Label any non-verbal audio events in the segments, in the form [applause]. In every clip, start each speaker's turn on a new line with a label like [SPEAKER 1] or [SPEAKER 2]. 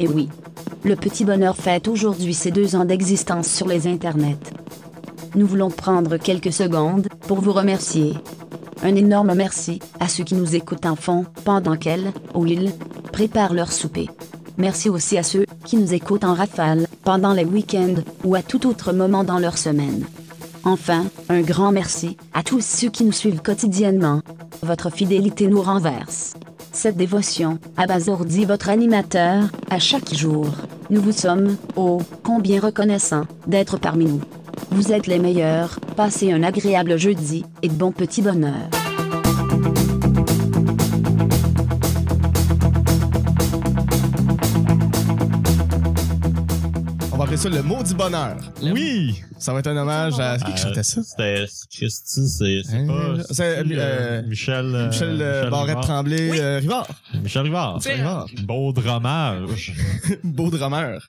[SPEAKER 1] Et Eh oui, le petit bonheur fête aujourd'hui ses deux ans d'existence sur les internets. Nous voulons prendre quelques secondes pour vous remercier. Un énorme merci à ceux qui nous écoutent en fond pendant qu'elles, ou ils, préparent leur souper. Merci aussi à ceux qui nous écoutent en rafale pendant les week-ends ou à tout autre moment dans leur semaine. Enfin, un grand merci à tous ceux qui nous suivent quotidiennement. Votre fidélité nous renverse. Cette dévotion abasourdit votre animateur à chaque jour. Nous vous sommes, oh, combien reconnaissants d'être parmi nous. Vous êtes les meilleurs, passez un agréable jeudi et bon petit bonheur.
[SPEAKER 2] On va appeler ça le mot du bonheur.
[SPEAKER 3] Le-
[SPEAKER 2] Oui! Ça va être un hommage à. Qui chantait ça?
[SPEAKER 3] C'était Christy, c'est c'est
[SPEAKER 2] Hein,
[SPEAKER 3] pas.
[SPEAKER 2] là,
[SPEAKER 3] c'est
[SPEAKER 2] c'est,
[SPEAKER 3] qui,
[SPEAKER 2] euh,
[SPEAKER 3] Michel. euh,
[SPEAKER 2] Michel euh, Barrette
[SPEAKER 3] Rivard.
[SPEAKER 2] Tremblay euh, Rivard.
[SPEAKER 3] Michel Rivard.
[SPEAKER 2] Michel Rivard.
[SPEAKER 3] Beau dromage.
[SPEAKER 2] Beau drummer.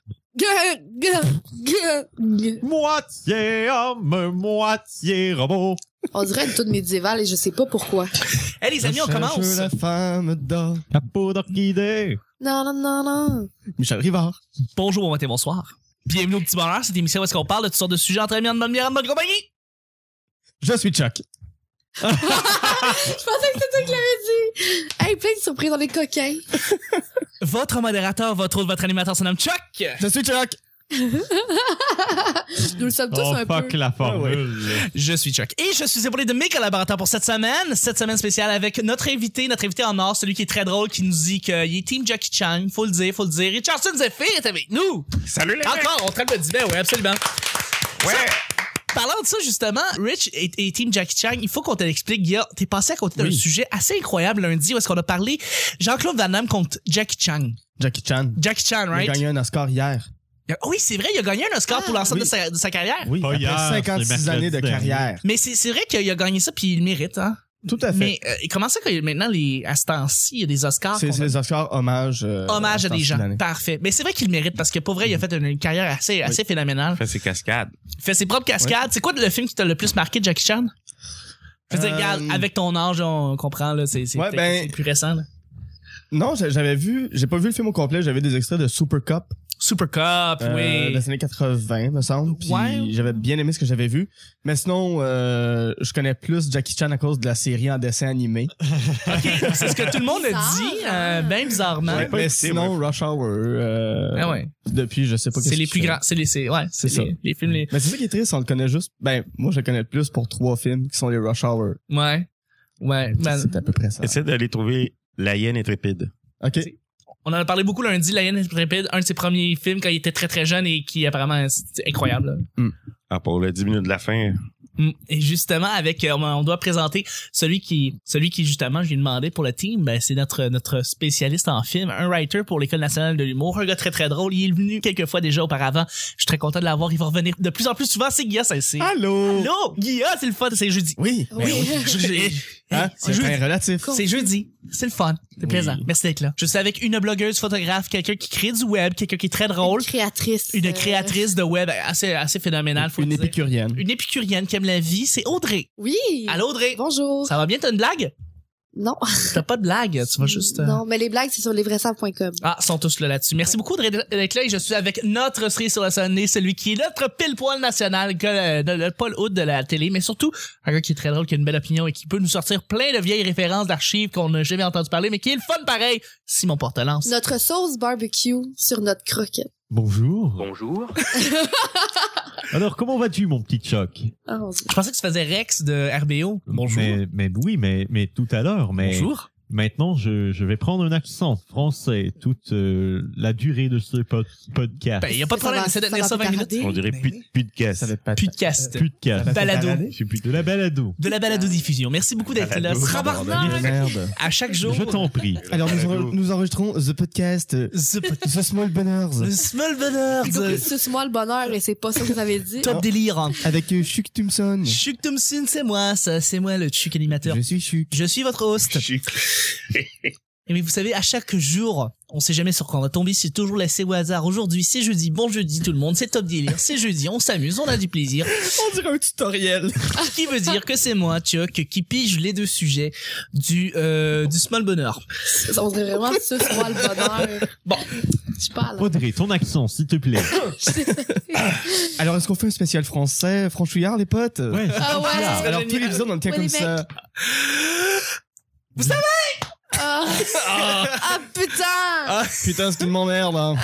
[SPEAKER 3] moitié homme, moitié robot.
[SPEAKER 4] On dirait une toute médiévale et je sais pas pourquoi.
[SPEAKER 5] Hey les amis, on
[SPEAKER 2] Je cherche
[SPEAKER 5] commence.
[SPEAKER 2] la femme d'or.
[SPEAKER 3] La peau d'orchidée.
[SPEAKER 4] Non, non, non, non.
[SPEAKER 2] Michel Rivard.
[SPEAKER 5] Bonjour, bon matin, bonsoir. Bienvenue au Petit Bonheur, cette émission où est-ce qu'on parle de toutes sortes de sujets entre amis, en bonne bière, en bonne compagnie.
[SPEAKER 2] Je suis Chuck.
[SPEAKER 4] Je pensais que c'était toi qui l'avais dit. Hey, plein de surprises, on est coquins.
[SPEAKER 5] Votre modérateur, votre autre, votre animateur se nomme Chuck.
[SPEAKER 2] Je suis Chuck.
[SPEAKER 4] Nous le sommes tous
[SPEAKER 3] Oh
[SPEAKER 4] un
[SPEAKER 3] fuck
[SPEAKER 4] peu.
[SPEAKER 2] Ah
[SPEAKER 3] la formule.
[SPEAKER 5] Je suis Chuck. Et je suis épaulé de mes collaborateurs pour cette semaine. Cette semaine spéciale avec notre invité, notre invité en or, celui qui est très drôle, qui nous dit qu'il est Team Jackie Chan. Faut le dire, faut le dire. Richardson Zephyr est avec nous.
[SPEAKER 6] Salut les mecs!
[SPEAKER 5] Encore, on traite le divan, oui, absolument.
[SPEAKER 6] Ouais!
[SPEAKER 5] Parlant de ça, justement, Rich et, et Team Jackie Chan, il faut qu'on te l'explique, Guilla. T'es passé à côté d'un sujet assez incroyable lundi où est-ce qu'on a parlé Jean-Claude Van Damme contre Jackie Chan.
[SPEAKER 2] Jackie Chan.
[SPEAKER 5] Jackie Chan,
[SPEAKER 2] Il
[SPEAKER 5] right?
[SPEAKER 2] a gagné un Oscar hier.
[SPEAKER 5] Il a- Oui, c'est vrai, il a gagné un Oscar pour l'ensemble
[SPEAKER 2] oui.
[SPEAKER 5] de, sa, de sa carrière.
[SPEAKER 2] Oui,
[SPEAKER 3] Pas
[SPEAKER 2] après
[SPEAKER 3] hier, c'est
[SPEAKER 2] 56
[SPEAKER 3] mercredi
[SPEAKER 2] années de
[SPEAKER 3] dernier.
[SPEAKER 2] carrière.
[SPEAKER 5] Mais c'est c'est vrai qu'il a gagné ça, puis il le mérite, hein?
[SPEAKER 2] Tout à fait.
[SPEAKER 5] Mais euh, comment ça que maintenant, les, à ce temps-ci, il y a des Oscars
[SPEAKER 2] c'est
[SPEAKER 5] qu'on
[SPEAKER 2] c'est les Oscars hommage. euh,
[SPEAKER 5] hommage à
[SPEAKER 2] cette
[SPEAKER 5] des gens.
[SPEAKER 2] année.
[SPEAKER 5] Parfait. Mais c'est vrai qu'il le mérite parce que pour vrai, il a fait une, une carrière assez, assez phénoménale.
[SPEAKER 6] Fais ses cascades.
[SPEAKER 5] Il fait ses propres cascades. C'est quoi le film qui t'a le plus marqué, Jackie Chan? Je veux dire,
[SPEAKER 2] Euh,
[SPEAKER 5] regarde, avec ton âge, on comprend, là, c'est c'est
[SPEAKER 2] Ouais,
[SPEAKER 5] peut-être
[SPEAKER 2] ben-
[SPEAKER 5] c'est plus récent. Là.
[SPEAKER 2] Non, j'a- j'avais vu, j'ai pas vu le film au complet, j'avais des extraits de Super Cup.
[SPEAKER 5] Super Cup,
[SPEAKER 2] euh,
[SPEAKER 5] oui.
[SPEAKER 2] des années 80, me semble. Puis
[SPEAKER 5] Ouais.
[SPEAKER 2] j'avais bien aimé ce que j'avais vu. Mais sinon, euh, je connais plus Jackie Chan à cause de la série en dessin animé.
[SPEAKER 5] OK, [laughs] c'est ce que tout le monde a
[SPEAKER 4] Bizarre,
[SPEAKER 5] dit, euh, ben bizarrement.
[SPEAKER 6] Ouais. pas
[SPEAKER 2] mais
[SPEAKER 6] écouté,
[SPEAKER 2] sinon, Rush Hour, euh,
[SPEAKER 5] Ah ouais.
[SPEAKER 2] depuis, je sais pas
[SPEAKER 5] C'est
[SPEAKER 2] qu'est-ce
[SPEAKER 5] les
[SPEAKER 2] qu'il
[SPEAKER 5] plus
[SPEAKER 2] fait.
[SPEAKER 5] grands, c'est les, c'est- ouais, c'est
[SPEAKER 2] C'est
[SPEAKER 5] les,
[SPEAKER 2] ça.
[SPEAKER 5] les films, les,
[SPEAKER 2] Mais c'est ça qui est triste, on le connaît juste. Ben, moi, je le connais plus pour trois films qui sont les Rush Hour.
[SPEAKER 5] ouais, ouais. ben,
[SPEAKER 2] C'est à peu près ça.
[SPEAKER 6] Essaie d'aller trouver la hyène intrépide.
[SPEAKER 2] OK.
[SPEAKER 5] on en a parlé beaucoup lundi, La Hyène Intrépide, un de ses premiers films quand il était très très jeune et qui apparemment c'est incroyable. là.
[SPEAKER 6] Ah, pour le 10 minutes de la fin.
[SPEAKER 5] Mm. Et justement, avec, euh, on doit présenter celui qui, celui qui justement, je lui ai demandé pour le team, ben, c'est notre, notre spécialiste en film, un writer pour l'École nationale de l'humour, un gars très très drôle. Il est venu quelques fois déjà auparavant. Je suis très content de l'avoir. Il va revenir de plus en plus souvent. C'est Guilla, c'est. c'est-
[SPEAKER 2] Allô?
[SPEAKER 5] Allô, Guilla, c'est le fun. C'est jeudi. Ben,
[SPEAKER 2] Oui.
[SPEAKER 4] Oui.
[SPEAKER 5] Je- je-
[SPEAKER 2] Hein? C'est
[SPEAKER 5] Je-
[SPEAKER 2] bien relatif.
[SPEAKER 5] C'est jeudi, c'est le fun, c'est plaisant. Merci d'être là. Je suis avec une blogueuse, photographe, quelqu'un qui crée du web, quelqu'un qui est très drôle,
[SPEAKER 4] Une créatrice.
[SPEAKER 5] une
[SPEAKER 4] euh,
[SPEAKER 5] créatrice de web assez assez phénoménale, faut
[SPEAKER 2] Une
[SPEAKER 5] le dire.
[SPEAKER 2] épicurienne.
[SPEAKER 5] Une épicurienne qui aime la vie, c'est Audrey.
[SPEAKER 4] Euh, Oui.
[SPEAKER 5] Allô Audrey.
[SPEAKER 4] Bonjour.
[SPEAKER 5] Ça va bien, t'as une blague?
[SPEAKER 4] Non.
[SPEAKER 5] T'as pas de blague, tu vas juste. euh,
[SPEAKER 4] Non, mais les blagues, c'est sur lesvraisans.com.
[SPEAKER 5] Ah, sont tous là là-dessus. Merci beaucoup Audrey d'être là et je suis avec notre cerise sur la sonnée, celui qui est notre pile poil national, que, euh, le, le Paul Hood de la télé, mais surtout un gars qui est très drôle, qui a une belle opinion et qui peut nous sortir plein de vieilles références d'archives qu'on n'a jamais entendu parler, mais qui est le fun pareil. Simon Portelance.
[SPEAKER 4] Notre sauce barbecue sur notre croquette.
[SPEAKER 3] Bonjour.
[SPEAKER 7] Bonjour.
[SPEAKER 3] Alors, comment vas-tu, mon petit choc?
[SPEAKER 4] Ah, mon Dieu.
[SPEAKER 5] Je pensais que tu faisais Rex de RBO.
[SPEAKER 3] Mais, mais oui, mais, mais tout à l'heure. Mais
[SPEAKER 5] Bonjour.
[SPEAKER 3] maintenant, je, je vais prendre un accent français toute euh, la durée de ce pod- podcast.
[SPEAKER 5] Ben, y a pas de
[SPEAKER 4] Ça
[SPEAKER 5] problème,
[SPEAKER 4] va-
[SPEAKER 5] essaie de
[SPEAKER 4] ça
[SPEAKER 5] tenir
[SPEAKER 4] va
[SPEAKER 5] ça 20 minutes.
[SPEAKER 4] pétarder.
[SPEAKER 6] On dirait
[SPEAKER 5] Ben
[SPEAKER 6] plus,
[SPEAKER 5] oui.
[SPEAKER 6] plus de caisse.
[SPEAKER 2] pas
[SPEAKER 5] Plus de cast.
[SPEAKER 3] Plus de cas.
[SPEAKER 5] Balado.
[SPEAKER 3] Je suis plus de la balado.
[SPEAKER 5] De la balado-diffusion. Merci beaucoup d'être là.
[SPEAKER 6] Balado.
[SPEAKER 5] Tabarnak.
[SPEAKER 2] Merde.
[SPEAKER 5] À chaque jour.
[SPEAKER 3] Je
[SPEAKER 5] [laughs]
[SPEAKER 3] t'en prie.
[SPEAKER 2] Alors, nous, en- nous enregistrons The Podcast. euh,
[SPEAKER 5] The
[SPEAKER 2] The Small Banners.
[SPEAKER 5] the small bonheur
[SPEAKER 4] Go,
[SPEAKER 5] de
[SPEAKER 4] Suce-moi le bonheur et c'est pas ça que vous avez dit.
[SPEAKER 5] Top délire.
[SPEAKER 2] Avec euh, Chuck Thompson.
[SPEAKER 5] Chuck Thompson, c'est moi, ça. C'est moi le Chuck animateur.
[SPEAKER 2] Je suis Chuck.
[SPEAKER 5] Je suis votre host. Et mais vous savez, à chaque jour, on sait jamais sur quoi on va tomber, c'est toujours laissé au hasard. Aujourd'hui, c'est jeudi, bon jeudi tout le monde, c'est top délire, c'est jeudi, on s'amuse, on a du plaisir.
[SPEAKER 2] [laughs] On dirait un tutoriel.
[SPEAKER 5] Ce qui veut dire que c'est moi, Chuck, qui pige les deux sujets du, euh, du small bonheur.
[SPEAKER 4] On dirait vraiment suce-moi le bonheur.
[SPEAKER 5] Bon,
[SPEAKER 4] Je parle.
[SPEAKER 3] Audrey, ton accent, s'il te plaît.
[SPEAKER 2] Alors, est-ce qu'on fait un spécial français, franchouillard, les potes?
[SPEAKER 3] [laughs] Ouais.
[SPEAKER 4] Ah ouais.
[SPEAKER 2] Alors, tous les
[SPEAKER 5] génial.
[SPEAKER 2] épisodes, on le tient
[SPEAKER 4] Ouais,
[SPEAKER 2] comme
[SPEAKER 4] les
[SPEAKER 2] ça.
[SPEAKER 4] Ah, Ah, putain.
[SPEAKER 2] Ah, Putain, ce qui m'emmerde, hein.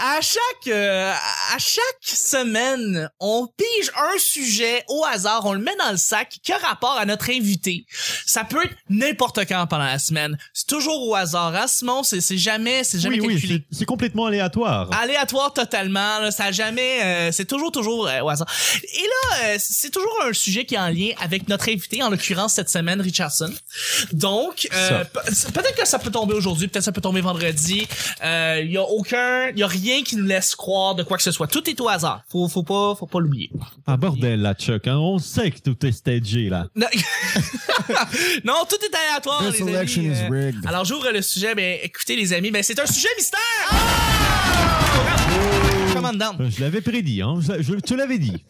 [SPEAKER 5] À chaque, euh, à chaque semaine, on pige un sujet au hasard, on le met dans le sac, qui a rapport à notre invité. Ça peut être n'importe quand pendant la semaine. C'est toujours au hasard. À Simon, c'est c'est jamais, c'est jamais
[SPEAKER 3] Oui, oui,
[SPEAKER 5] calculé. Ah.
[SPEAKER 3] c'est- c'est complètement aléatoire.
[SPEAKER 2] Ah.
[SPEAKER 5] Aléatoire totalement, là, ça a jamais, euh, c'est toujours toujours euh, au hasard. Et là, euh, c'est toujours un sujet qui est en lien avec notre invité, en l'occurrence cette semaine Richardson. Donc, euh, pe- peut-être que ça peut tomber aujourd'hui, peut-être que ça peut tomber vendredi. Il y a aucun, il y a rien qui nous laisse croire de quoi que ce soit. Tout est au hasard. Faut, faut pas, faut pas l'oublier.
[SPEAKER 3] Ah, bordel, là, Chuck. hein. On sait que tout est stagé, là.
[SPEAKER 5] Non, [laughs] Non, tout est aléatoire. les amis, euh,
[SPEAKER 2] rigged.
[SPEAKER 5] Alors j'ouvre le sujet, ben écoutez les amis, ben c'est un sujet mystère.
[SPEAKER 2] Oh!
[SPEAKER 5] Comment down.
[SPEAKER 3] Je l'avais prédit, hein. Je, je te
[SPEAKER 5] [laughs]
[SPEAKER 3] l'avais dit.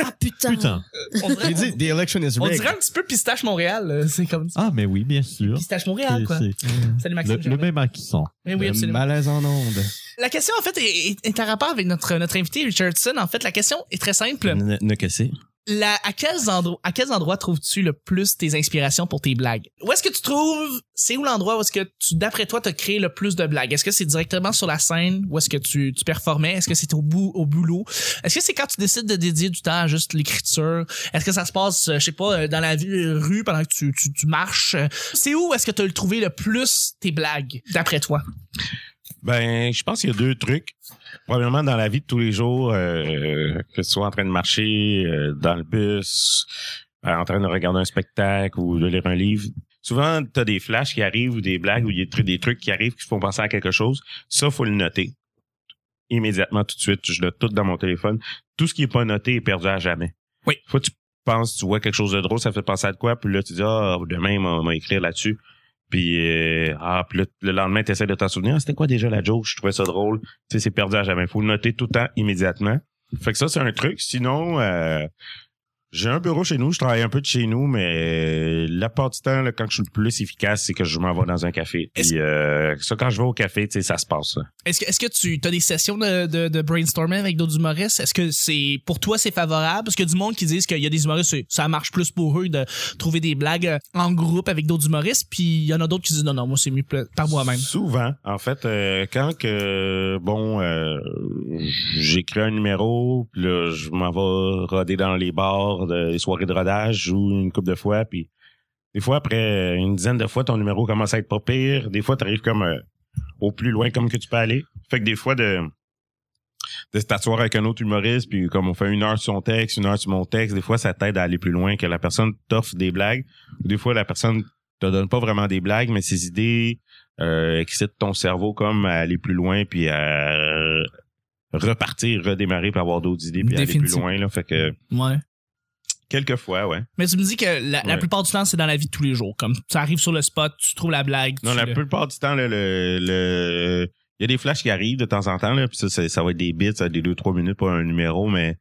[SPEAKER 4] Ah, putain.
[SPEAKER 3] Putain.
[SPEAKER 5] On dirait-
[SPEAKER 2] J'ai dit, the election is
[SPEAKER 5] On
[SPEAKER 2] rigged.
[SPEAKER 5] dirait un petit peu Pistache Montréal, euh, c'est comme ça.
[SPEAKER 3] Ah, mais oui, bien sûr.
[SPEAKER 5] Pistache Montréal, quoi.
[SPEAKER 3] C'est-
[SPEAKER 5] Salut
[SPEAKER 3] Le,
[SPEAKER 5] Maxime.
[SPEAKER 3] le
[SPEAKER 5] Gervais.
[SPEAKER 3] même accent.
[SPEAKER 5] Mais oui,
[SPEAKER 2] Le
[SPEAKER 5] absolument.
[SPEAKER 2] malaise en onde.
[SPEAKER 5] La question, en fait, est, est- est en rapport avec notre, notre invité Richardson. En fait, la question est très simple.
[SPEAKER 6] Ne, ne que c'est.
[SPEAKER 5] La, à, quels endro- à quels endroits trouves-tu le plus tes inspirations pour tes blagues? Où est-ce que tu trouves, c'est où l'endroit où est-ce que tu, d'après toi, t'as créé le plus de blagues? Est-ce que c'est directement sur la scène? Où est-ce que tu, tu performais? Est-ce que c'est au bout, au boulot? Est-ce que c'est quand tu décides de dédier du temps à juste l'écriture? Est-ce que ça se passe, euh, je sais pas, euh, dans la vie- euh, rue pendant que tu, tu, tu marches? Euh, C'est où est-ce que t'as trouvé le plus tes blagues, d'après toi?
[SPEAKER 6] Ben, je pense qu'il y a deux trucs. Probablement dans la vie de tous les jours, euh, que tu sois en train de marcher, euh, dans le bus, euh, en train de regarder un spectacle ou de lire un livre. Souvent, tu as des flashs qui arrivent ou des blagues ou il y a des trucs- des trucs qui arrivent qui te font penser à quelque chose. Ça, faut le noter. Immédiatement, tout de suite, je note tout dans mon téléphone. Tout ce qui est pas noté est perdu à jamais.
[SPEAKER 5] Oui.
[SPEAKER 6] Faut que tu penses, tu vois quelque chose de drôle, ça fait penser à de quoi, puis là, tu dis, ah, demain, on va écrire là-dessus. Puis, euh, ah, puis le, le lendemain, tu de t'en souvenir. Ah, C'était quoi déjà la joke? Je trouvais ça drôle. Tu sais, c'est perdu à jamais. faut le noter tout le temps, immédiatement. Fait que ça, c'est un truc. Sinon, euh, j'ai un bureau chez nous. Je travaille un peu de chez nous, mais euh, la part du temps, là, quand je suis le plus efficace, c'est que je m'en vais dans un café.
[SPEAKER 5] Est-ce-
[SPEAKER 6] Puis, euh, ça, quand je vais au café, tu sais, ça se passe. ça.
[SPEAKER 5] Est-ce que, est-ce que tu as des sessions de, de, de brainstorming avec d'autres humoristes? Est-ce que c'est pour toi c'est favorable? Parce qu'il y a du monde qui disent qu'il y a des humoristes, c'est- ça marche plus pour eux de trouver des blagues euh, en groupe avec d'autres humoristes, puis il y en a d'autres qui disent non, non, moi c'est mieux pla- par moi-même.
[SPEAKER 6] Souvent, en fait, euh, quand que bon, euh, j'écris un numéro, puis là, je m'en vais roder dans les bars, de, les soirées de rodage, je joue une coupe de fois, puis des fois après une dizaine de fois, ton numéro commence à être pas pire. Des fois, t'arrives comme euh, au plus loin comme que tu peux aller. Fait que des fois de de t'asseoir avec un autre humoriste, puis comme on fait une heure sur son texte, une heure sur mon texte, des fois ça t'aide à aller plus loin, que la personne t'offre des blagues, ou des fois la personne te donne pas vraiment des blagues, mais ses idées euh, excite ton cerveau comme à aller plus loin puis à euh, repartir, redémarrer pour avoir d'autres idées puis aller plus
[SPEAKER 5] Définitivement.
[SPEAKER 6] loin là. Fait que
[SPEAKER 5] Ouais.
[SPEAKER 6] quelquefois, ouais.
[SPEAKER 5] Mais tu me dis que la, la
[SPEAKER 6] Ouais.
[SPEAKER 5] plupart du temps c'est dans la vie de tous les jours. Comme ça arrive sur le spot, tu trouves la blague.
[SPEAKER 6] Non,
[SPEAKER 5] tu
[SPEAKER 6] la
[SPEAKER 5] le-
[SPEAKER 6] plupart du temps là, le le- il y a des flashs qui arrivent de temps en temps là, puis ça, c'est- ça va être des bits, ça va être des deux trois minutes pas un numéro, mais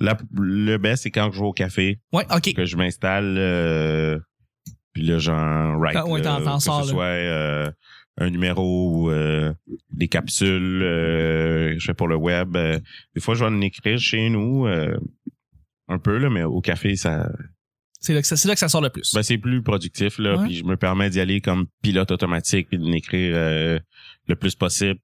[SPEAKER 6] la- le best c'est quand je vais au café
[SPEAKER 5] Ouais, ok.
[SPEAKER 6] que je m'installe euh, puis là j'en write
[SPEAKER 5] Ah, ouais,
[SPEAKER 6] là,
[SPEAKER 5] t'en- t'en
[SPEAKER 6] que
[SPEAKER 5] sors,
[SPEAKER 6] ce
[SPEAKER 5] là.
[SPEAKER 6] soit euh, un numéro ou euh, des capsules euh, je fais pour le web euh, des fois je vais en écrire chez nous euh, un peu là mais au café ça
[SPEAKER 5] C'est là, que ça- c'est là que ça sort le plus.
[SPEAKER 6] ben, c'est plus productif là
[SPEAKER 5] Ouais.
[SPEAKER 6] puis je me permets d'y aller comme pilote automatique puis de l'écrire euh, le plus possible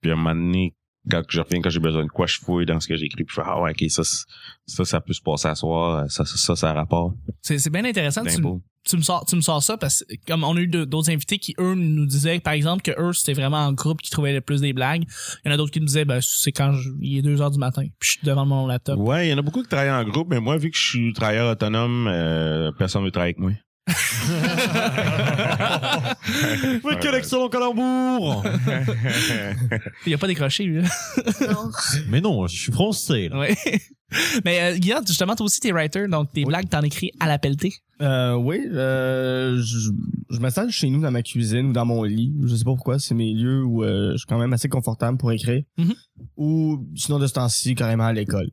[SPEAKER 6] puis à un moment donné quand je reviens quand j'ai besoin de quoi je fouille dans ce que j'écris puis je fais ah ouais ok ça c'est- ça ça peut se passer à soir ça ça ça, ça a rapport
[SPEAKER 5] C'est c'est bien intéressant.
[SPEAKER 6] Bien
[SPEAKER 5] Tu,
[SPEAKER 6] beau.
[SPEAKER 5] tu me sors tu me sors ça parce que comme on a eu de- d'autres invités qui eux nous disaient par exemple que eux c'était vraiment en groupe qui trouvaient le plus des blagues il y en a d'autres qui nous disaient ben c'est quand je- il est 2 heures du matin puis je suis devant mon laptop
[SPEAKER 6] Ouais, il y en a beaucoup qui travaillent en groupe, mais moi, vu que je suis travailleur autonome, euh, personne ne veut travailler avec moi.
[SPEAKER 3] Oui, quel excellent calembour
[SPEAKER 5] [laughs] il a pas décroché [laughs] lui là.
[SPEAKER 4] Non.
[SPEAKER 3] Mais non, je suis français, là.
[SPEAKER 5] ouais mais euh, Guillaume justement toi aussi t'es writer donc tes blagues t'en écris à la pelletée
[SPEAKER 2] Euh, oui, euh, je, je m'installe chez nous dans ma cuisine ou dans mon lit. Je sais pas pourquoi, c'est mes lieux où euh, je suis quand même assez confortable pour écrire.
[SPEAKER 5] Mhm.
[SPEAKER 2] Ou sinon de ce temps-ci, carrément à l'école.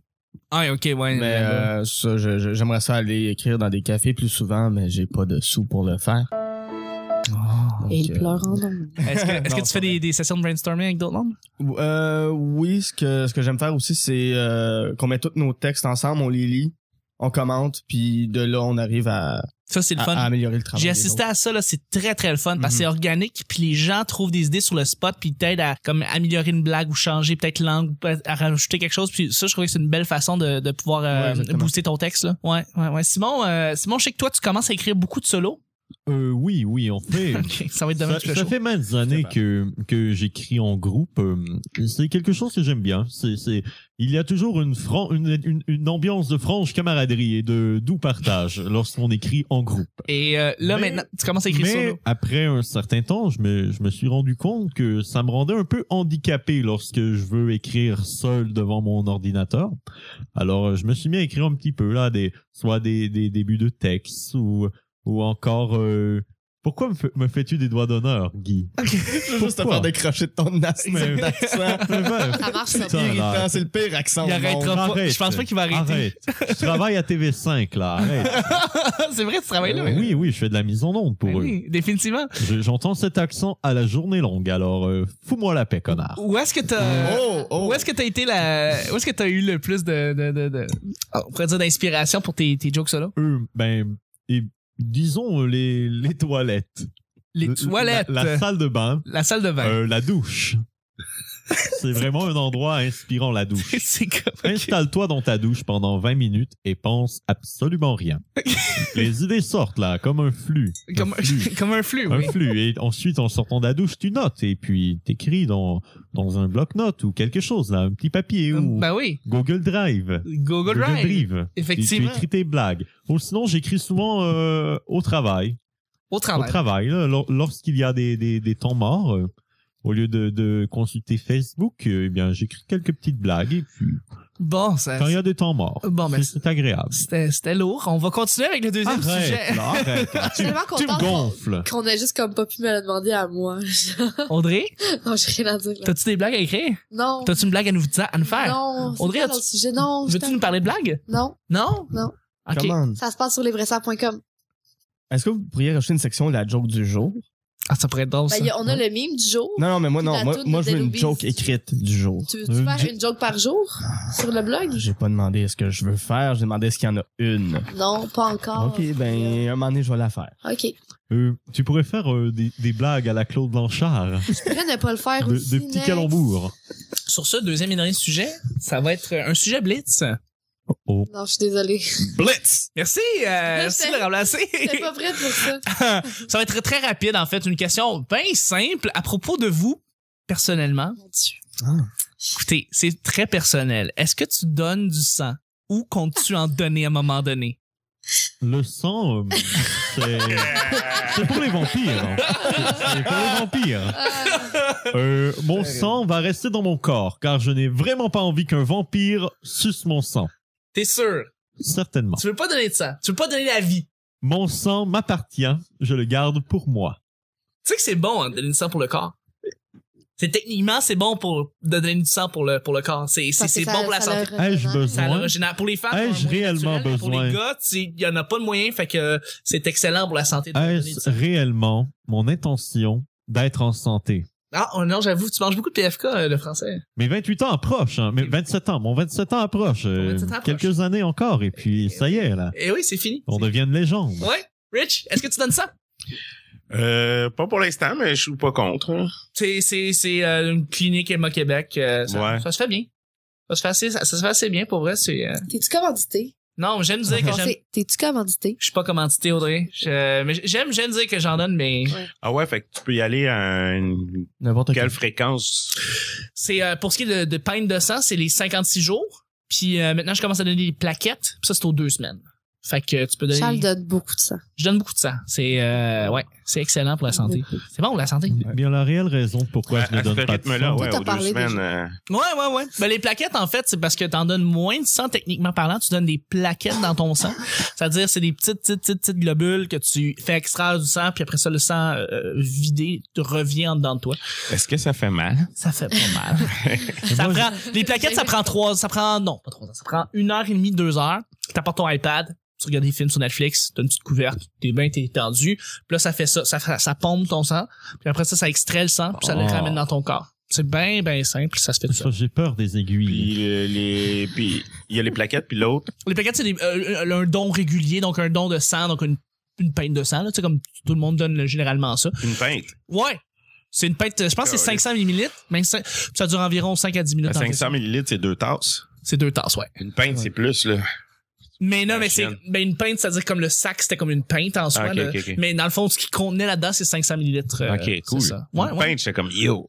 [SPEAKER 5] ah ok ouais
[SPEAKER 2] Mais euh, ça, je- je- j'aimerais ça aller écrire dans des cafés plus souvent, mais j'ai pas de sous pour le faire.
[SPEAKER 4] Ah.
[SPEAKER 2] euh,
[SPEAKER 4] Et il pleure en nombre.
[SPEAKER 5] Est-ce [laughs] que, est-ce que
[SPEAKER 2] Non,
[SPEAKER 5] tu
[SPEAKER 2] c'est
[SPEAKER 5] fais des, des sessions de brainstorming avec d'autres membres?
[SPEAKER 2] Euh, oui, ce que, ce que j'aime faire aussi, c'est euh, qu'on met tous nos textes ensemble, on les lit, on commente, puis de là, on arrive à,
[SPEAKER 5] Ça, c'est le
[SPEAKER 2] à-
[SPEAKER 5] fun.
[SPEAKER 2] à améliorer le travail.
[SPEAKER 5] J'ai
[SPEAKER 2] des
[SPEAKER 5] assisté à ça, là, c'est très très le fun parce que
[SPEAKER 2] Mhm.
[SPEAKER 5] c'est organique, puis les gens trouvent des idées sur le spot, puis ils t'aident à comme améliorer une blague ou changer peut-être l'angle, ou peut- à rajouter quelque chose. Puis ça, je trouvais que c'est une belle façon de, de pouvoir euh,
[SPEAKER 2] Ouais, exactement.
[SPEAKER 5] booster ton texte. Là. Ouais, ouais, ouais. Simon, euh, Simon, je sais que toi, tu commences à écrire beaucoup de
[SPEAKER 3] [laughs]
[SPEAKER 5] solos.
[SPEAKER 3] Euh, oui, oui, on fait.
[SPEAKER 5] Ok, ça va être [laughs] demain
[SPEAKER 3] Ça,
[SPEAKER 5] tout le
[SPEAKER 3] ça
[SPEAKER 5] show.
[SPEAKER 3] fait des années que, que j'écris en groupe. Euh, C'est quelque chose que j'aime bien. C'est, c'est, il y a toujours une, fran- une, une, une ambiance de franche camaraderie et de doux partage lorsqu'on écrit en groupe.
[SPEAKER 5] Et euh, là,
[SPEAKER 3] Mais-
[SPEAKER 5] maintenant, tu commences à écrire
[SPEAKER 3] Mais
[SPEAKER 5] solo.
[SPEAKER 3] après un certain temps, je me, je me suis rendu compte que ça me rendait un peu handicapé lorsque je veux écrire seul devant mon ordinateur. Alors, euh, je me suis mis à écrire un petit peu là, des, soit des, des débuts de texte ou, ou encore. euh, pourquoi me, fais- me fais-tu des doigts d'honneur, Guy [laughs]
[SPEAKER 2] mots. Juste à
[SPEAKER 3] Pourquoi?
[SPEAKER 2] faire décrocher de ton accent.
[SPEAKER 3] [laughs] Mais-
[SPEAKER 2] d'accent.
[SPEAKER 4] Ça marche, ça.
[SPEAKER 3] Putain, là.
[SPEAKER 2] Irritant, c'est le pire accent.
[SPEAKER 5] Il
[SPEAKER 2] au monde.
[SPEAKER 5] arrêtera pas.
[SPEAKER 3] Arrête.
[SPEAKER 5] Je pense pas qu'il va arrêter.
[SPEAKER 3] Arrête. Je travaille à TV5, là. Arrête.
[SPEAKER 5] [laughs]
[SPEAKER 3] Ben
[SPEAKER 5] c'est vrai, tu travailles Ah là. ouais.
[SPEAKER 3] oui, oui, je fais de la mise en onde pour
[SPEAKER 5] Ben
[SPEAKER 3] eux.
[SPEAKER 5] oui, définitivement.
[SPEAKER 3] Je- J'entends cet accent à la journée longue, alors euh, fous-moi la paix, connard.
[SPEAKER 5] Où est-ce que
[SPEAKER 3] Euh,
[SPEAKER 5] t'as
[SPEAKER 2] Oh, oh.
[SPEAKER 5] Où est-ce que t'as été la Où est-ce que t'as eu le plus de de de, de... on pourrait dire d'inspiration pour tes tes jokes solo
[SPEAKER 3] Eux, ben, et disons euh, les, les toilettes.
[SPEAKER 5] Les
[SPEAKER 3] Le-
[SPEAKER 5] toilettes. Ben.
[SPEAKER 3] La, la salle de bain.
[SPEAKER 5] La salle de bain.
[SPEAKER 3] euh, la douche. [laughs] C'est vraiment un endroit inspirant, la douche.
[SPEAKER 5] c'est comme. [laughs] ok.
[SPEAKER 3] Installe-toi dans ta douche pendant 20 minutes et pense
[SPEAKER 5] [laughs]
[SPEAKER 3] absolument rien. Les idées sortent là, comme un flux. Un
[SPEAKER 5] Comme,
[SPEAKER 3] flux.
[SPEAKER 5] comme un flux, [laughs]
[SPEAKER 3] un
[SPEAKER 5] oui.
[SPEAKER 3] flux. Et ensuite, en sortant de la douche, tu notes et puis t'écris dans, dans un bloc-notes ou quelque chose, là, un petit papier ou
[SPEAKER 5] Ben oui.
[SPEAKER 3] Google Drive.
[SPEAKER 5] Google Drive.
[SPEAKER 3] Tu, tu
[SPEAKER 5] Effectivement.
[SPEAKER 3] écris tes blagues. Ou sinon, j'écris souvent euh, au travail.
[SPEAKER 5] Au
[SPEAKER 3] Au
[SPEAKER 5] travail.
[SPEAKER 3] travail, là, lor- lorsqu'il y a des, des, des temps morts, euh, au lieu de, de consulter Facebook, euh, eh bien, j'écris quelques petites blagues et puis
[SPEAKER 5] Bon, ça.
[SPEAKER 3] quand il y a des temps morts,
[SPEAKER 5] Ben, Bon, mais
[SPEAKER 3] c'est- c'est agréable.
[SPEAKER 5] C'était, c'était lourd. On va continuer avec le deuxième
[SPEAKER 3] Arrête,
[SPEAKER 5] sujet.
[SPEAKER 3] là, arrête. là.
[SPEAKER 4] Je suis tellement
[SPEAKER 3] Tu me
[SPEAKER 4] contente
[SPEAKER 3] gonfles.
[SPEAKER 4] qu'on a juste comme pas pu me le demander à moi. [laughs]
[SPEAKER 5] Audrey,
[SPEAKER 4] non, j'ai rien à dire. Là.
[SPEAKER 5] t'as-tu des blagues à écrire?
[SPEAKER 4] Non.
[SPEAKER 5] T'as-tu une blague à nous, dire- à nous faire?
[SPEAKER 4] Non, c'est
[SPEAKER 5] Audrey,
[SPEAKER 4] pas
[SPEAKER 5] as-tu-
[SPEAKER 4] dans le sujet. Non,
[SPEAKER 5] Veux-tu nous parler de blagues?
[SPEAKER 4] non,
[SPEAKER 5] Non?
[SPEAKER 4] Non.
[SPEAKER 5] OK.
[SPEAKER 2] Come on.
[SPEAKER 4] ça se passe sur lesvraissables.com.
[SPEAKER 2] Est-ce que vous pourriez rajouter une section de la joke du jour?
[SPEAKER 5] Ah, ça pourrait être drôle,
[SPEAKER 4] Ben,
[SPEAKER 5] ça.
[SPEAKER 4] y a- on a le mime du jour.
[SPEAKER 2] Non, non, mais moi,
[SPEAKER 4] Puis
[SPEAKER 2] non.
[SPEAKER 4] la
[SPEAKER 2] Moi,
[SPEAKER 4] toune
[SPEAKER 2] moi
[SPEAKER 4] de
[SPEAKER 2] je veux une
[SPEAKER 4] Dead
[SPEAKER 2] joke
[SPEAKER 4] Obese.
[SPEAKER 2] écrite du jour.
[SPEAKER 4] Tu veux-tu
[SPEAKER 3] Euh,
[SPEAKER 4] faire
[SPEAKER 3] j'ai-
[SPEAKER 4] une joke par jour sur le blog?
[SPEAKER 2] J'ai pas demandé est-ce que je veux faire, j'ai demandé est-ce qu'il y en a une.
[SPEAKER 4] Non, pas encore.
[SPEAKER 2] ok, ben, un moment donné, je vais la faire.
[SPEAKER 4] OK. Je
[SPEAKER 3] Euh, tu pourrais faire euh, des, des blagues à la
[SPEAKER 5] [laughs]
[SPEAKER 3] Claude Blanchard,
[SPEAKER 4] pourrais ne pas le faire
[SPEAKER 3] de,
[SPEAKER 4] aussi,
[SPEAKER 3] de petits
[SPEAKER 4] next.
[SPEAKER 3] calembours.
[SPEAKER 5] Sur ce, deuxième et dernier sujet, ça va être un sujet blitz.
[SPEAKER 4] Non, je suis désolée.
[SPEAKER 5] Blitz! Merci, euh, merci
[SPEAKER 4] sais.
[SPEAKER 5] de le remplacer.
[SPEAKER 4] J'étais pas prête pour ça.
[SPEAKER 5] [laughs] ça va être très rapide, en fait. Une question bien simple à propos de vous, personnellement.
[SPEAKER 4] Mon Dieu.
[SPEAKER 5] Écoutez, c'est très personnel. Est-ce que tu donnes du sang ou comptes-tu en donner à un moment donné?
[SPEAKER 3] Le sang, euh, c'est c'est pour les vampires. hein. C'est pour les vampires.
[SPEAKER 4] Ah,
[SPEAKER 3] Euh, mon sang va rester dans mon corps, car je n'ai vraiment pas envie qu'un vampire suce mon sang.
[SPEAKER 5] T'es sûr?
[SPEAKER 3] Certainement.
[SPEAKER 5] Tu veux pas donner de sang. Tu veux pas donner la vie.
[SPEAKER 3] Mon sang m'appartient, je le garde pour moi.
[SPEAKER 5] Tu sais que c'est bon, hein, de donner du sang pour le corps. C'est techniquement, c'est bon pour de donner du sang pour le, pour le corps. C'est, c'est,
[SPEAKER 4] parce que
[SPEAKER 5] c'est
[SPEAKER 4] ça- euh,
[SPEAKER 5] bon pour la
[SPEAKER 4] ça
[SPEAKER 5] santé.
[SPEAKER 4] leur
[SPEAKER 3] Ai-je
[SPEAKER 4] représente.
[SPEAKER 5] Ça a
[SPEAKER 3] besoin?
[SPEAKER 5] l'origine- Pour les femmes, c'est un
[SPEAKER 3] Ai-je
[SPEAKER 5] moyen
[SPEAKER 3] réellement
[SPEAKER 5] naturel, mais Pour les
[SPEAKER 3] besoin?
[SPEAKER 5] gars, il y en a pas de moyen, fait que c'est excellent pour la santé de donner du
[SPEAKER 3] Est-ce
[SPEAKER 5] sang.
[SPEAKER 3] réellement mon intention d'être en santé?
[SPEAKER 5] Ah, oh non, j'avoue, tu manges beaucoup de PFK, euh, le français.
[SPEAKER 3] Mes 28 ans approchent, hein, mais 27 ans, mon 27 ans approche. euh,
[SPEAKER 5] 27 approche.
[SPEAKER 3] Quelques années encore, et puis ça y est, là.
[SPEAKER 5] Eh oui, c'est fini.
[SPEAKER 3] On devient une légende.
[SPEAKER 5] Ouais. Rich, est-ce que tu donnes ça?
[SPEAKER 6] Euh, pas pour l'instant, mais je suis pas contre. hein.
[SPEAKER 5] C'est, c'est, c'est euh, une clinique Emma Québec. euh, ça,
[SPEAKER 6] Ouais.
[SPEAKER 5] ça se fait bien. Ça se fait assez, ça, ça se fait assez bien pour vrai. C'est, euh,
[SPEAKER 4] T'es-tu commandité?
[SPEAKER 5] Non, j'aime dire
[SPEAKER 4] [laughs]
[SPEAKER 5] que j'aime.
[SPEAKER 4] Pensez, T'es-tu commandité?
[SPEAKER 5] Je suis pas commandité, Audrey. Je- mais j'aime, j'aime dire que j'en donne, mais
[SPEAKER 6] Ah ouais, fait que tu peux y aller à une-
[SPEAKER 2] N'importe
[SPEAKER 6] quelle fréquence?
[SPEAKER 5] c'est euh, pour ce qui est de, de peine de sang, c'est les 56 jours. Puis euh, maintenant, je commence à donner des plaquettes. Puis ça, c'est aux deux semaines. Fait que tu peux donner.
[SPEAKER 4] Charles donne beaucoup de sang.
[SPEAKER 5] Je donne beaucoup de sang. C'est euh, ouais, c'est excellent pour la santé.
[SPEAKER 4] Beaucoup.
[SPEAKER 5] C'est bon pour la santé.
[SPEAKER 3] Eh Bien, la réelle raison de pourquoi je
[SPEAKER 6] à
[SPEAKER 3] ne
[SPEAKER 6] à ce
[SPEAKER 3] donne pas de
[SPEAKER 6] rythme-là,
[SPEAKER 3] sang.
[SPEAKER 6] ouais,
[SPEAKER 4] Tout à
[SPEAKER 6] aux deux
[SPEAKER 4] parler
[SPEAKER 6] semaines.
[SPEAKER 4] déjà.
[SPEAKER 6] euh,
[SPEAKER 5] Ouais, ouais, ouais. Ben, les plaquettes, en fait, c'est parce que t'en donnes moins de sang, techniquement parlant. Tu donnes des plaquettes dans ton sang. C'est-à-dire, c'est des petites, petites, petites, petites globules que tu fais extraire du sang, puis après ça, le sang euh, vidé te revient en dedans de toi.
[SPEAKER 6] Est-ce que ça fait mal?
[SPEAKER 5] Ça fait pas mal. ça [laughs]
[SPEAKER 3] Moi,
[SPEAKER 5] prend, les plaquettes, ça prend trois, ça prend, non, pas trois ans, ça prend une heure et demie, deux heures. T'apportes ton iPad, tu regardes des films sur Netflix, t'as une petite couverte, t'es bien, t'es tendu. Puis là, ça fait ça, ça, fait- ça pompe ton sang. Puis après ça, ça extrait le sang, puis ça le
[SPEAKER 3] Oh.
[SPEAKER 5] ramène dans ton corps. C'est bien, bien simple, ça se fait tout ça.
[SPEAKER 3] J'ai peur des aiguilles.
[SPEAKER 6] Puis euh, les, puis il y a les plaquettes, puis l'autre.
[SPEAKER 5] Les plaquettes, c'est des- euh, euh, un don régulier, donc un don de sang, donc une, une pinte de sang, là, tu sais, comme tout le monde donne euh, généralement ça.
[SPEAKER 6] Une pinte.
[SPEAKER 5] Ouais! C'est une pinte, euh, je pense que c'est
[SPEAKER 6] Carré.
[SPEAKER 5] 500 millilitres, mais ça ça dure environ 5 à 10 minutes.
[SPEAKER 6] À
[SPEAKER 5] en fait.
[SPEAKER 6] 500 millilitres, c'est deux tasses.
[SPEAKER 5] C'est deux tasses, ouais.
[SPEAKER 6] Une pinte, c'est plus, là.
[SPEAKER 5] Mais non,
[SPEAKER 6] La
[SPEAKER 5] mais c'est
[SPEAKER 6] chienne. Ah,
[SPEAKER 5] ben une pinte, c'est-à-dire comme le sac, c'était comme une pinte en soi.
[SPEAKER 6] ok,
[SPEAKER 5] là.
[SPEAKER 6] ok, ok.
[SPEAKER 5] Mais dans le fond, ce qui contenait là-dedans, c'est 500 millilitres. euh,
[SPEAKER 6] ok,
[SPEAKER 5] c'est
[SPEAKER 6] cool.
[SPEAKER 5] ça. Ouais,
[SPEAKER 6] une
[SPEAKER 5] ouais.
[SPEAKER 6] pinte, c'est comme yo.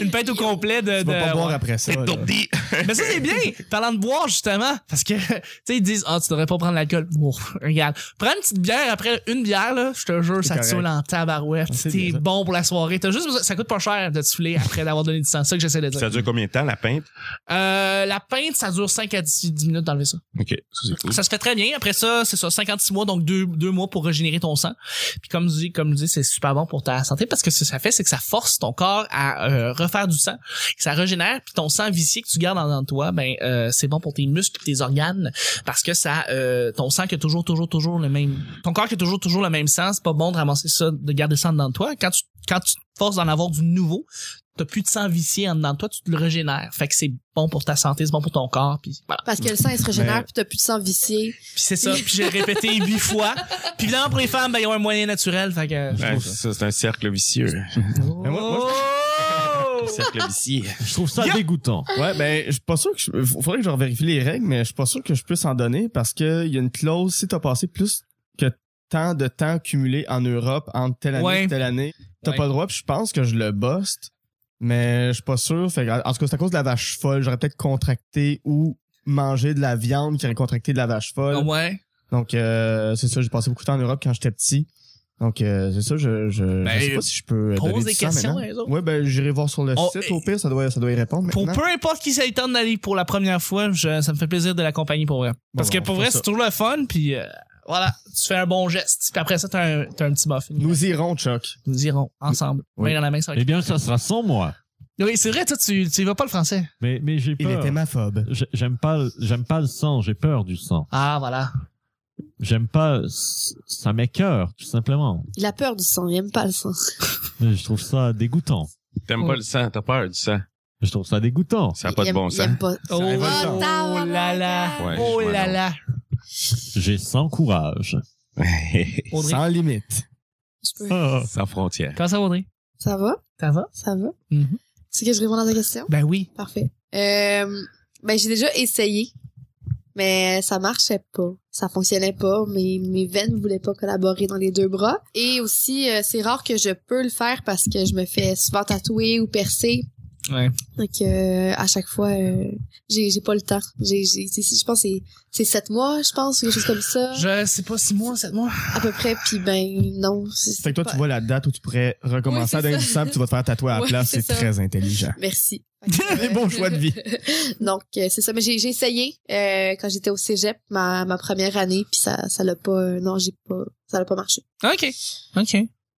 [SPEAKER 5] Une pinte au complet de.
[SPEAKER 2] Tu vas
[SPEAKER 5] de-
[SPEAKER 2] pas boire
[SPEAKER 5] ouais.
[SPEAKER 2] après ça. là.
[SPEAKER 6] Tourdi.
[SPEAKER 5] Mais ça, c'est bien. Parlant de boire, justement. Parce que, [laughs] tu sais, ils disent, ah, tu devrais pas prendre l'alcool. Bon, regarde. Prends une petite bière après une bière, là. Je te jure, ça te
[SPEAKER 2] correct.
[SPEAKER 5] saoule en tabarouette.
[SPEAKER 2] C'est
[SPEAKER 5] T'es
[SPEAKER 2] bien ça.
[SPEAKER 5] bon pour la soirée. T'as juste besoin- ça coûte pas cher de te souffler après d'avoir donné du sang. C'est ça que j'essaie de dire.
[SPEAKER 6] Ça dure combien de temps, la pinte?
[SPEAKER 5] Euh, la pinte, ça dure 5 à 10, 10 minutes d'enlever ça.
[SPEAKER 6] Ok, ça, c'est cool.
[SPEAKER 5] Ça se fait très bien. Après ça, c'est ça, 56 mois, donc deux, deux mois pour régénérer ton sang. Puis comme je dis, comme je dis, c'est super bon pour ta santé parce que ce que ça fait, c'est que ça force ton corps à euh, refaire du sang, que ça régénère, puis ton sang vicié que tu gardes en dedans de toi, ben euh, c'est bon pour tes muscles, tes organes, parce que ça, euh, ton sang qui a toujours, toujours, toujours le même, ton corps qui a toujours, toujours le même sang, c'est pas bon de ramasser ça, de garder ça en dedans de toi. Quand tu, quand tu te forces d'en avoir du nouveau, t'as plus de sang vicié en dedans de toi, tu te le régénères. Fait que c'est bon pour ta santé, c'est bon pour ton corps, puis voilà.
[SPEAKER 4] Parce que le sang, il se régénère, puis t'as plus de sang vicié.
[SPEAKER 5] Puis c'est ça, puis j'ai répété huit fois. Puis évidemment, pour les femmes, ben, ils ont un moyen naturel, fait que...
[SPEAKER 6] Ouais, ça, c'est un cercle vicieux.
[SPEAKER 2] Mais moi- moi,
[SPEAKER 5] Oh!
[SPEAKER 6] cercle vicieux.
[SPEAKER 3] Je trouve ça
[SPEAKER 5] Yo!
[SPEAKER 3] dégoûtant.
[SPEAKER 2] Ouais, ben, je suis pas sûr que je, faudrait que je revérifie les règles, mais je suis pas sûr que je puisse en donner parce que il y a une clause si t'as passé plus que tant de temps cumulé en Europe entre telle année
[SPEAKER 5] Ouais.
[SPEAKER 2] et telle année, t'as
[SPEAKER 5] Ouais.
[SPEAKER 2] pas le droit. Puis je pense que je le buste, mais je suis pas sûr. Fait que, en tout cas, c'est à cause de la vache folle. J'aurais peut-être contracté ou mangé de la viande qui aurait contracté de la vache folle.
[SPEAKER 5] Oh! Ouais.
[SPEAKER 2] Donc euh, c'est ça, j'ai passé beaucoup de temps en Europe quand j'étais petit. Donc euh, c'est ça, je, je, je
[SPEAKER 5] Ben,
[SPEAKER 2] sais pas si je peux euh,
[SPEAKER 5] pose
[SPEAKER 2] donner
[SPEAKER 5] des
[SPEAKER 2] du sang
[SPEAKER 5] questions
[SPEAKER 2] maintenant.
[SPEAKER 5] à eux autres.
[SPEAKER 2] Ouais, ben j'irai voir sur le
[SPEAKER 5] Oh,
[SPEAKER 2] site
[SPEAKER 5] et-
[SPEAKER 2] au pire, ça doit ça doit y répondre
[SPEAKER 5] Pour
[SPEAKER 2] maintenant.
[SPEAKER 5] peu importe qui ça lui tente d'aller pour la première fois, je- ça me fait plaisir de l'accompagner pour vrai. Parce
[SPEAKER 2] Bon,
[SPEAKER 5] que
[SPEAKER 2] bon,
[SPEAKER 5] pour
[SPEAKER 2] on
[SPEAKER 5] vrai,
[SPEAKER 2] fait
[SPEAKER 5] c'est
[SPEAKER 2] ça.
[SPEAKER 5] toujours le fun, puis euh, voilà, tu fais un bon geste. Puis après ça, t'as un, t'as un petit muffin. Nous,
[SPEAKER 2] Nous irons, Chuck.
[SPEAKER 5] irons ensemble,
[SPEAKER 2] Oui.
[SPEAKER 5] main dans la main. Sur la...
[SPEAKER 3] Eh bien, ça sera sans moi.
[SPEAKER 5] Oui, c'est vrai, toi, tu, tu y vas pas le français.
[SPEAKER 3] Mais, mais j'ai
[SPEAKER 2] Il
[SPEAKER 3] peur.
[SPEAKER 2] est hémaphobe.
[SPEAKER 3] J'ai- J'aime pas, le- j'aime pas le sang, j'ai peur du sang.
[SPEAKER 5] Ah, voilà.
[SPEAKER 3] J'aime pas, ça m'écœure, tout simplement.
[SPEAKER 4] Il a peur du sang, il aime pas le sang.
[SPEAKER 3] Mais Je trouve ça dégoûtant.
[SPEAKER 6] T'aimes pas le sang, t'as peur du sang.
[SPEAKER 3] Je trouve ça dégoûtant.
[SPEAKER 6] Ça n'a pas
[SPEAKER 4] Il
[SPEAKER 6] de
[SPEAKER 4] aime-
[SPEAKER 6] bon
[SPEAKER 4] il
[SPEAKER 6] sens.
[SPEAKER 4] aime pas.
[SPEAKER 5] Oh,
[SPEAKER 2] va
[SPEAKER 4] le temps.
[SPEAKER 5] oh là là.
[SPEAKER 6] Ouais,
[SPEAKER 5] oh
[SPEAKER 6] je vois
[SPEAKER 5] là
[SPEAKER 6] donc.
[SPEAKER 5] là.
[SPEAKER 3] J'ai sans courage.
[SPEAKER 5] Audrey,
[SPEAKER 2] Sans limite.
[SPEAKER 4] Je peux-
[SPEAKER 3] Ah.
[SPEAKER 6] [laughs] Sans frontières.
[SPEAKER 5] comment ça, Audrey?
[SPEAKER 4] Ça va?
[SPEAKER 5] Ça va?
[SPEAKER 4] Ça va?
[SPEAKER 5] Mhm.
[SPEAKER 4] C'est que je réponds à ta question?
[SPEAKER 5] Ben oui.
[SPEAKER 4] Parfait. Euh, ben, j'ai déjà essayé, mais ça marchait pas. Ça fonctionnait pas. Mes, mes veines voulaient pas collaborer dans les deux bras. Et aussi, euh, c'est rare que je peux le faire parce que je me fais souvent tatouer ou percer.
[SPEAKER 5] Ouais.
[SPEAKER 4] Donc, euh, à chaque fois, euh, j'ai j'ai pas le temps. J'ai, j'ai, c'est- c'est- je pense que c'est- c'est sept mois, je pense, ou quelque chose comme ça,
[SPEAKER 5] Je sais pas, six mois, sept mois.
[SPEAKER 4] à peu près. Puis ben, non. c'est-
[SPEAKER 2] Fait que toi, tu
[SPEAKER 4] pas-
[SPEAKER 2] vois la date où tu pourrais
[SPEAKER 4] Oui,
[SPEAKER 2] recommencer
[SPEAKER 4] c'est
[SPEAKER 2] à donner
[SPEAKER 4] ça.
[SPEAKER 2] du sang puis tu vas te faire tatouer à la
[SPEAKER 4] Ouais,
[SPEAKER 2] place.
[SPEAKER 4] c'est
[SPEAKER 2] C'est
[SPEAKER 4] ça.
[SPEAKER 2] très
[SPEAKER 5] [laughs]
[SPEAKER 2] intelligent.
[SPEAKER 4] Merci. Fait que,
[SPEAKER 2] Des bons choix de vie.
[SPEAKER 4] Donc euh, c'est ça, mais j'ai j'ai essayé euh, quand j'étais au cégep ma, ma première année puis ça ça l'a pas euh, non j'ai pas ça l'a pas marché.
[SPEAKER 5] OK. OK.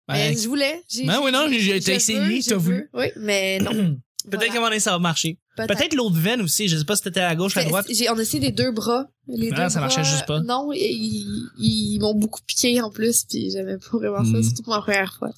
[SPEAKER 4] mais je voulais. j'ai-
[SPEAKER 5] Ben oui, non, j'ai- j'ai-
[SPEAKER 4] je
[SPEAKER 5] t'as essayé,
[SPEAKER 4] je
[SPEAKER 5] t'as voulu.
[SPEAKER 4] Oui, mais non.
[SPEAKER 5] [clears throat] Peut-être qu'à un
[SPEAKER 4] Voilà.
[SPEAKER 5] moment donné, ça va marcher. Peut-être l'autre veine aussi. Je sais pas si t'étais à la gauche, à la droite.
[SPEAKER 4] J'ai on a essayé les deux bras. Les
[SPEAKER 5] Ah,
[SPEAKER 4] deux
[SPEAKER 5] ça
[SPEAKER 4] bras,
[SPEAKER 5] marchait juste pas.
[SPEAKER 4] Non, ils, ils m'ont beaucoup piqué en plus, puis j'aimais pas vraiment ça,
[SPEAKER 5] Mm.
[SPEAKER 4] surtout pour ma première
[SPEAKER 5] [laughs]
[SPEAKER 4] fois.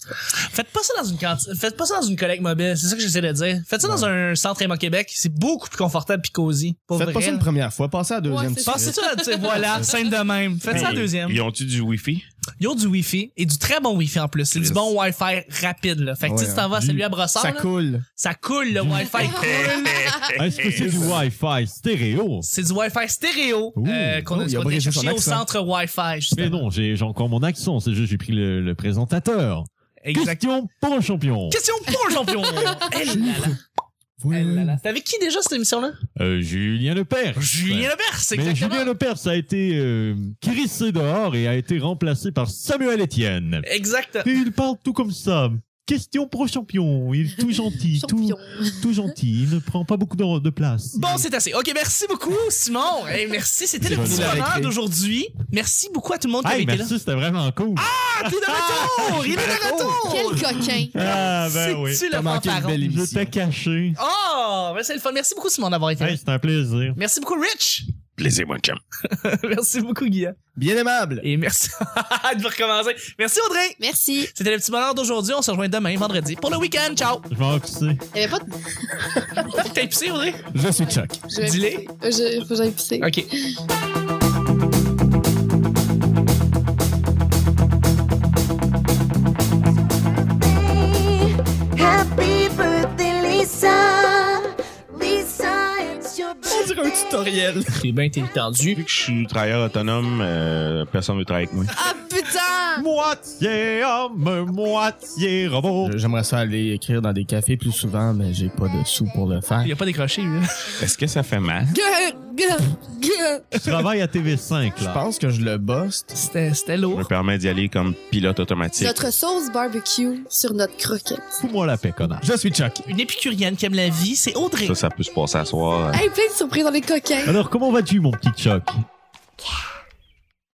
[SPEAKER 5] Faites pas ça dans une cantine. Faites pas ça dans une collecte mobile. C'est ça que j'essaie de dire. Faites ça dans un centre émo Québec. C'est beaucoup plus confortable puis cosy. Pas
[SPEAKER 2] Faites
[SPEAKER 5] vrai.
[SPEAKER 2] pas ça une première fois, passez à la deuxième.
[SPEAKER 4] Ouais, c'est
[SPEAKER 2] fois.
[SPEAKER 5] Pensez ça, tu sais,
[SPEAKER 2] [laughs]
[SPEAKER 5] voilà, simple de même. Faites ça en
[SPEAKER 6] Mais
[SPEAKER 5] deuxième.
[SPEAKER 6] Ils ont-tu du Wi-Fi?
[SPEAKER 5] Ils ont du Wi-Fi et du très bon Wi-Fi en plus. C'est du
[SPEAKER 6] Yes.
[SPEAKER 5] bon Wi-Fi rapide, là. Fait que tu sais,
[SPEAKER 2] Ouais,
[SPEAKER 5] tu t'en vas à
[SPEAKER 3] du-
[SPEAKER 5] celui à brossard.
[SPEAKER 2] ça
[SPEAKER 5] là,
[SPEAKER 2] coule.
[SPEAKER 5] ça coule,
[SPEAKER 2] [laughs]
[SPEAKER 5] le
[SPEAKER 4] [laughs]
[SPEAKER 5] Wi-Fi coule.
[SPEAKER 3] Est-ce que c'est du Wi-Fi stéréo?
[SPEAKER 5] C'est du Wi-Fi stéréo
[SPEAKER 3] Ouh.
[SPEAKER 5] euh, qu'on
[SPEAKER 2] Ouh,
[SPEAKER 5] a
[SPEAKER 2] il a
[SPEAKER 5] qu'on a
[SPEAKER 2] brisé son
[SPEAKER 5] cherché au
[SPEAKER 2] accent.
[SPEAKER 5] centre Wi-Fi.
[SPEAKER 3] Mais
[SPEAKER 5] justement.
[SPEAKER 3] non, j'ai j'ai encore mon accent, c'est juste j'ai pris le, le présentateur.
[SPEAKER 5] Exact.
[SPEAKER 3] Question pour le champion.
[SPEAKER 5] Question pour le champion.
[SPEAKER 3] [laughs]
[SPEAKER 5] Eh là là. Eh là là. C'était avec qui déjà cette émission-là?
[SPEAKER 3] Euh, Julien Lepers.
[SPEAKER 5] Julien Lebert, c'est
[SPEAKER 3] Mais
[SPEAKER 5] exactement.
[SPEAKER 3] Julien Lepers a été euh, crissé dehors et a été remplacé par Samuel Etienne.
[SPEAKER 5] Exact.
[SPEAKER 3] Et il parle tout comme ça. Question pour le champion. Il est tout gentil, tout,
[SPEAKER 4] Champion.
[SPEAKER 3] tout gentil. Il ne prend pas beaucoup de, de place.
[SPEAKER 5] Bon, c'est assez. Ok, merci beaucoup, Simon. Hey, merci, c'était le
[SPEAKER 3] C'est
[SPEAKER 5] petit
[SPEAKER 3] joli.
[SPEAKER 5] bonheur d'aujourd'hui. Merci beaucoup à tout le monde qui a
[SPEAKER 3] Hey,
[SPEAKER 5] été là.
[SPEAKER 3] merci, c'était vraiment cool.
[SPEAKER 5] Ah, t'es de retour! Il est de retour!
[SPEAKER 4] Quel coquin!
[SPEAKER 3] Ah, ben oui.
[SPEAKER 5] C'est-tu le
[SPEAKER 2] T'as manqué une
[SPEAKER 5] fanfaron?
[SPEAKER 2] belle émission.
[SPEAKER 3] Je t'ai caché.
[SPEAKER 5] Oh, ben c'est le fun. Merci beaucoup, Simon, d'avoir été là.
[SPEAKER 3] Hey, c'était un plaisir.
[SPEAKER 5] Merci beaucoup, Rich. [laughs]
[SPEAKER 6] Plaisir, mon chum.
[SPEAKER 5] merci beaucoup, Guillaume.
[SPEAKER 2] Bien aimable.
[SPEAKER 5] Et merci [laughs] de recommencer. Merci, Audrey.
[SPEAKER 4] Merci.
[SPEAKER 5] C'était le petit bonheur d'aujourd'hui. On se rejoint demain, vendredi, pour le week-end. Ciao.
[SPEAKER 3] Je vais en pisser.
[SPEAKER 4] Il y avait pas de...
[SPEAKER 5] T'as épicé, Audrey?
[SPEAKER 2] Je suis Chuck.
[SPEAKER 4] je vais
[SPEAKER 5] Dis-les.
[SPEAKER 4] pisser. Je... Faut que j'aille pisser.
[SPEAKER 5] OK.
[SPEAKER 7] Happy birthday, Lisa. Lisa, it's your birthday.
[SPEAKER 2] On dirait un tutoriel.
[SPEAKER 5] [laughs] J'ai bien été tendu.
[SPEAKER 6] Vu que je suis travailleur autonome, euh, personne ne veut travailler avec moi.
[SPEAKER 4] Ah, putain!
[SPEAKER 3] Moitié homme, moitié
[SPEAKER 5] Oh.
[SPEAKER 3] robot.
[SPEAKER 2] J'aimerais ça aller écrire dans des cafés plus souvent, mais j'ai pas de sous pour le faire.
[SPEAKER 5] Il a pas décroché, lui. hein.
[SPEAKER 6] Est-ce que ça fait mal?
[SPEAKER 4] Gueule, gueule, gueule.
[SPEAKER 3] Je travaille à TV5,
[SPEAKER 2] Je
[SPEAKER 3] là.
[SPEAKER 2] pense que je le buste.
[SPEAKER 5] C'était c'était
[SPEAKER 6] Je me
[SPEAKER 5] lourd.
[SPEAKER 6] permets d'y aller comme pilote automatique.
[SPEAKER 4] Notre sauce barbecue sur notre croquette.
[SPEAKER 3] Fous-moi la paix, connard.
[SPEAKER 2] Je suis Chuck.
[SPEAKER 5] Une épicurienne qui aime la vie, c'est Audrey.
[SPEAKER 6] Ça, ça peut se passer à soir.
[SPEAKER 4] Hey, plein de surprises dans les coquins.
[SPEAKER 3] Alors, comment vas-tu, mon petit Chuck?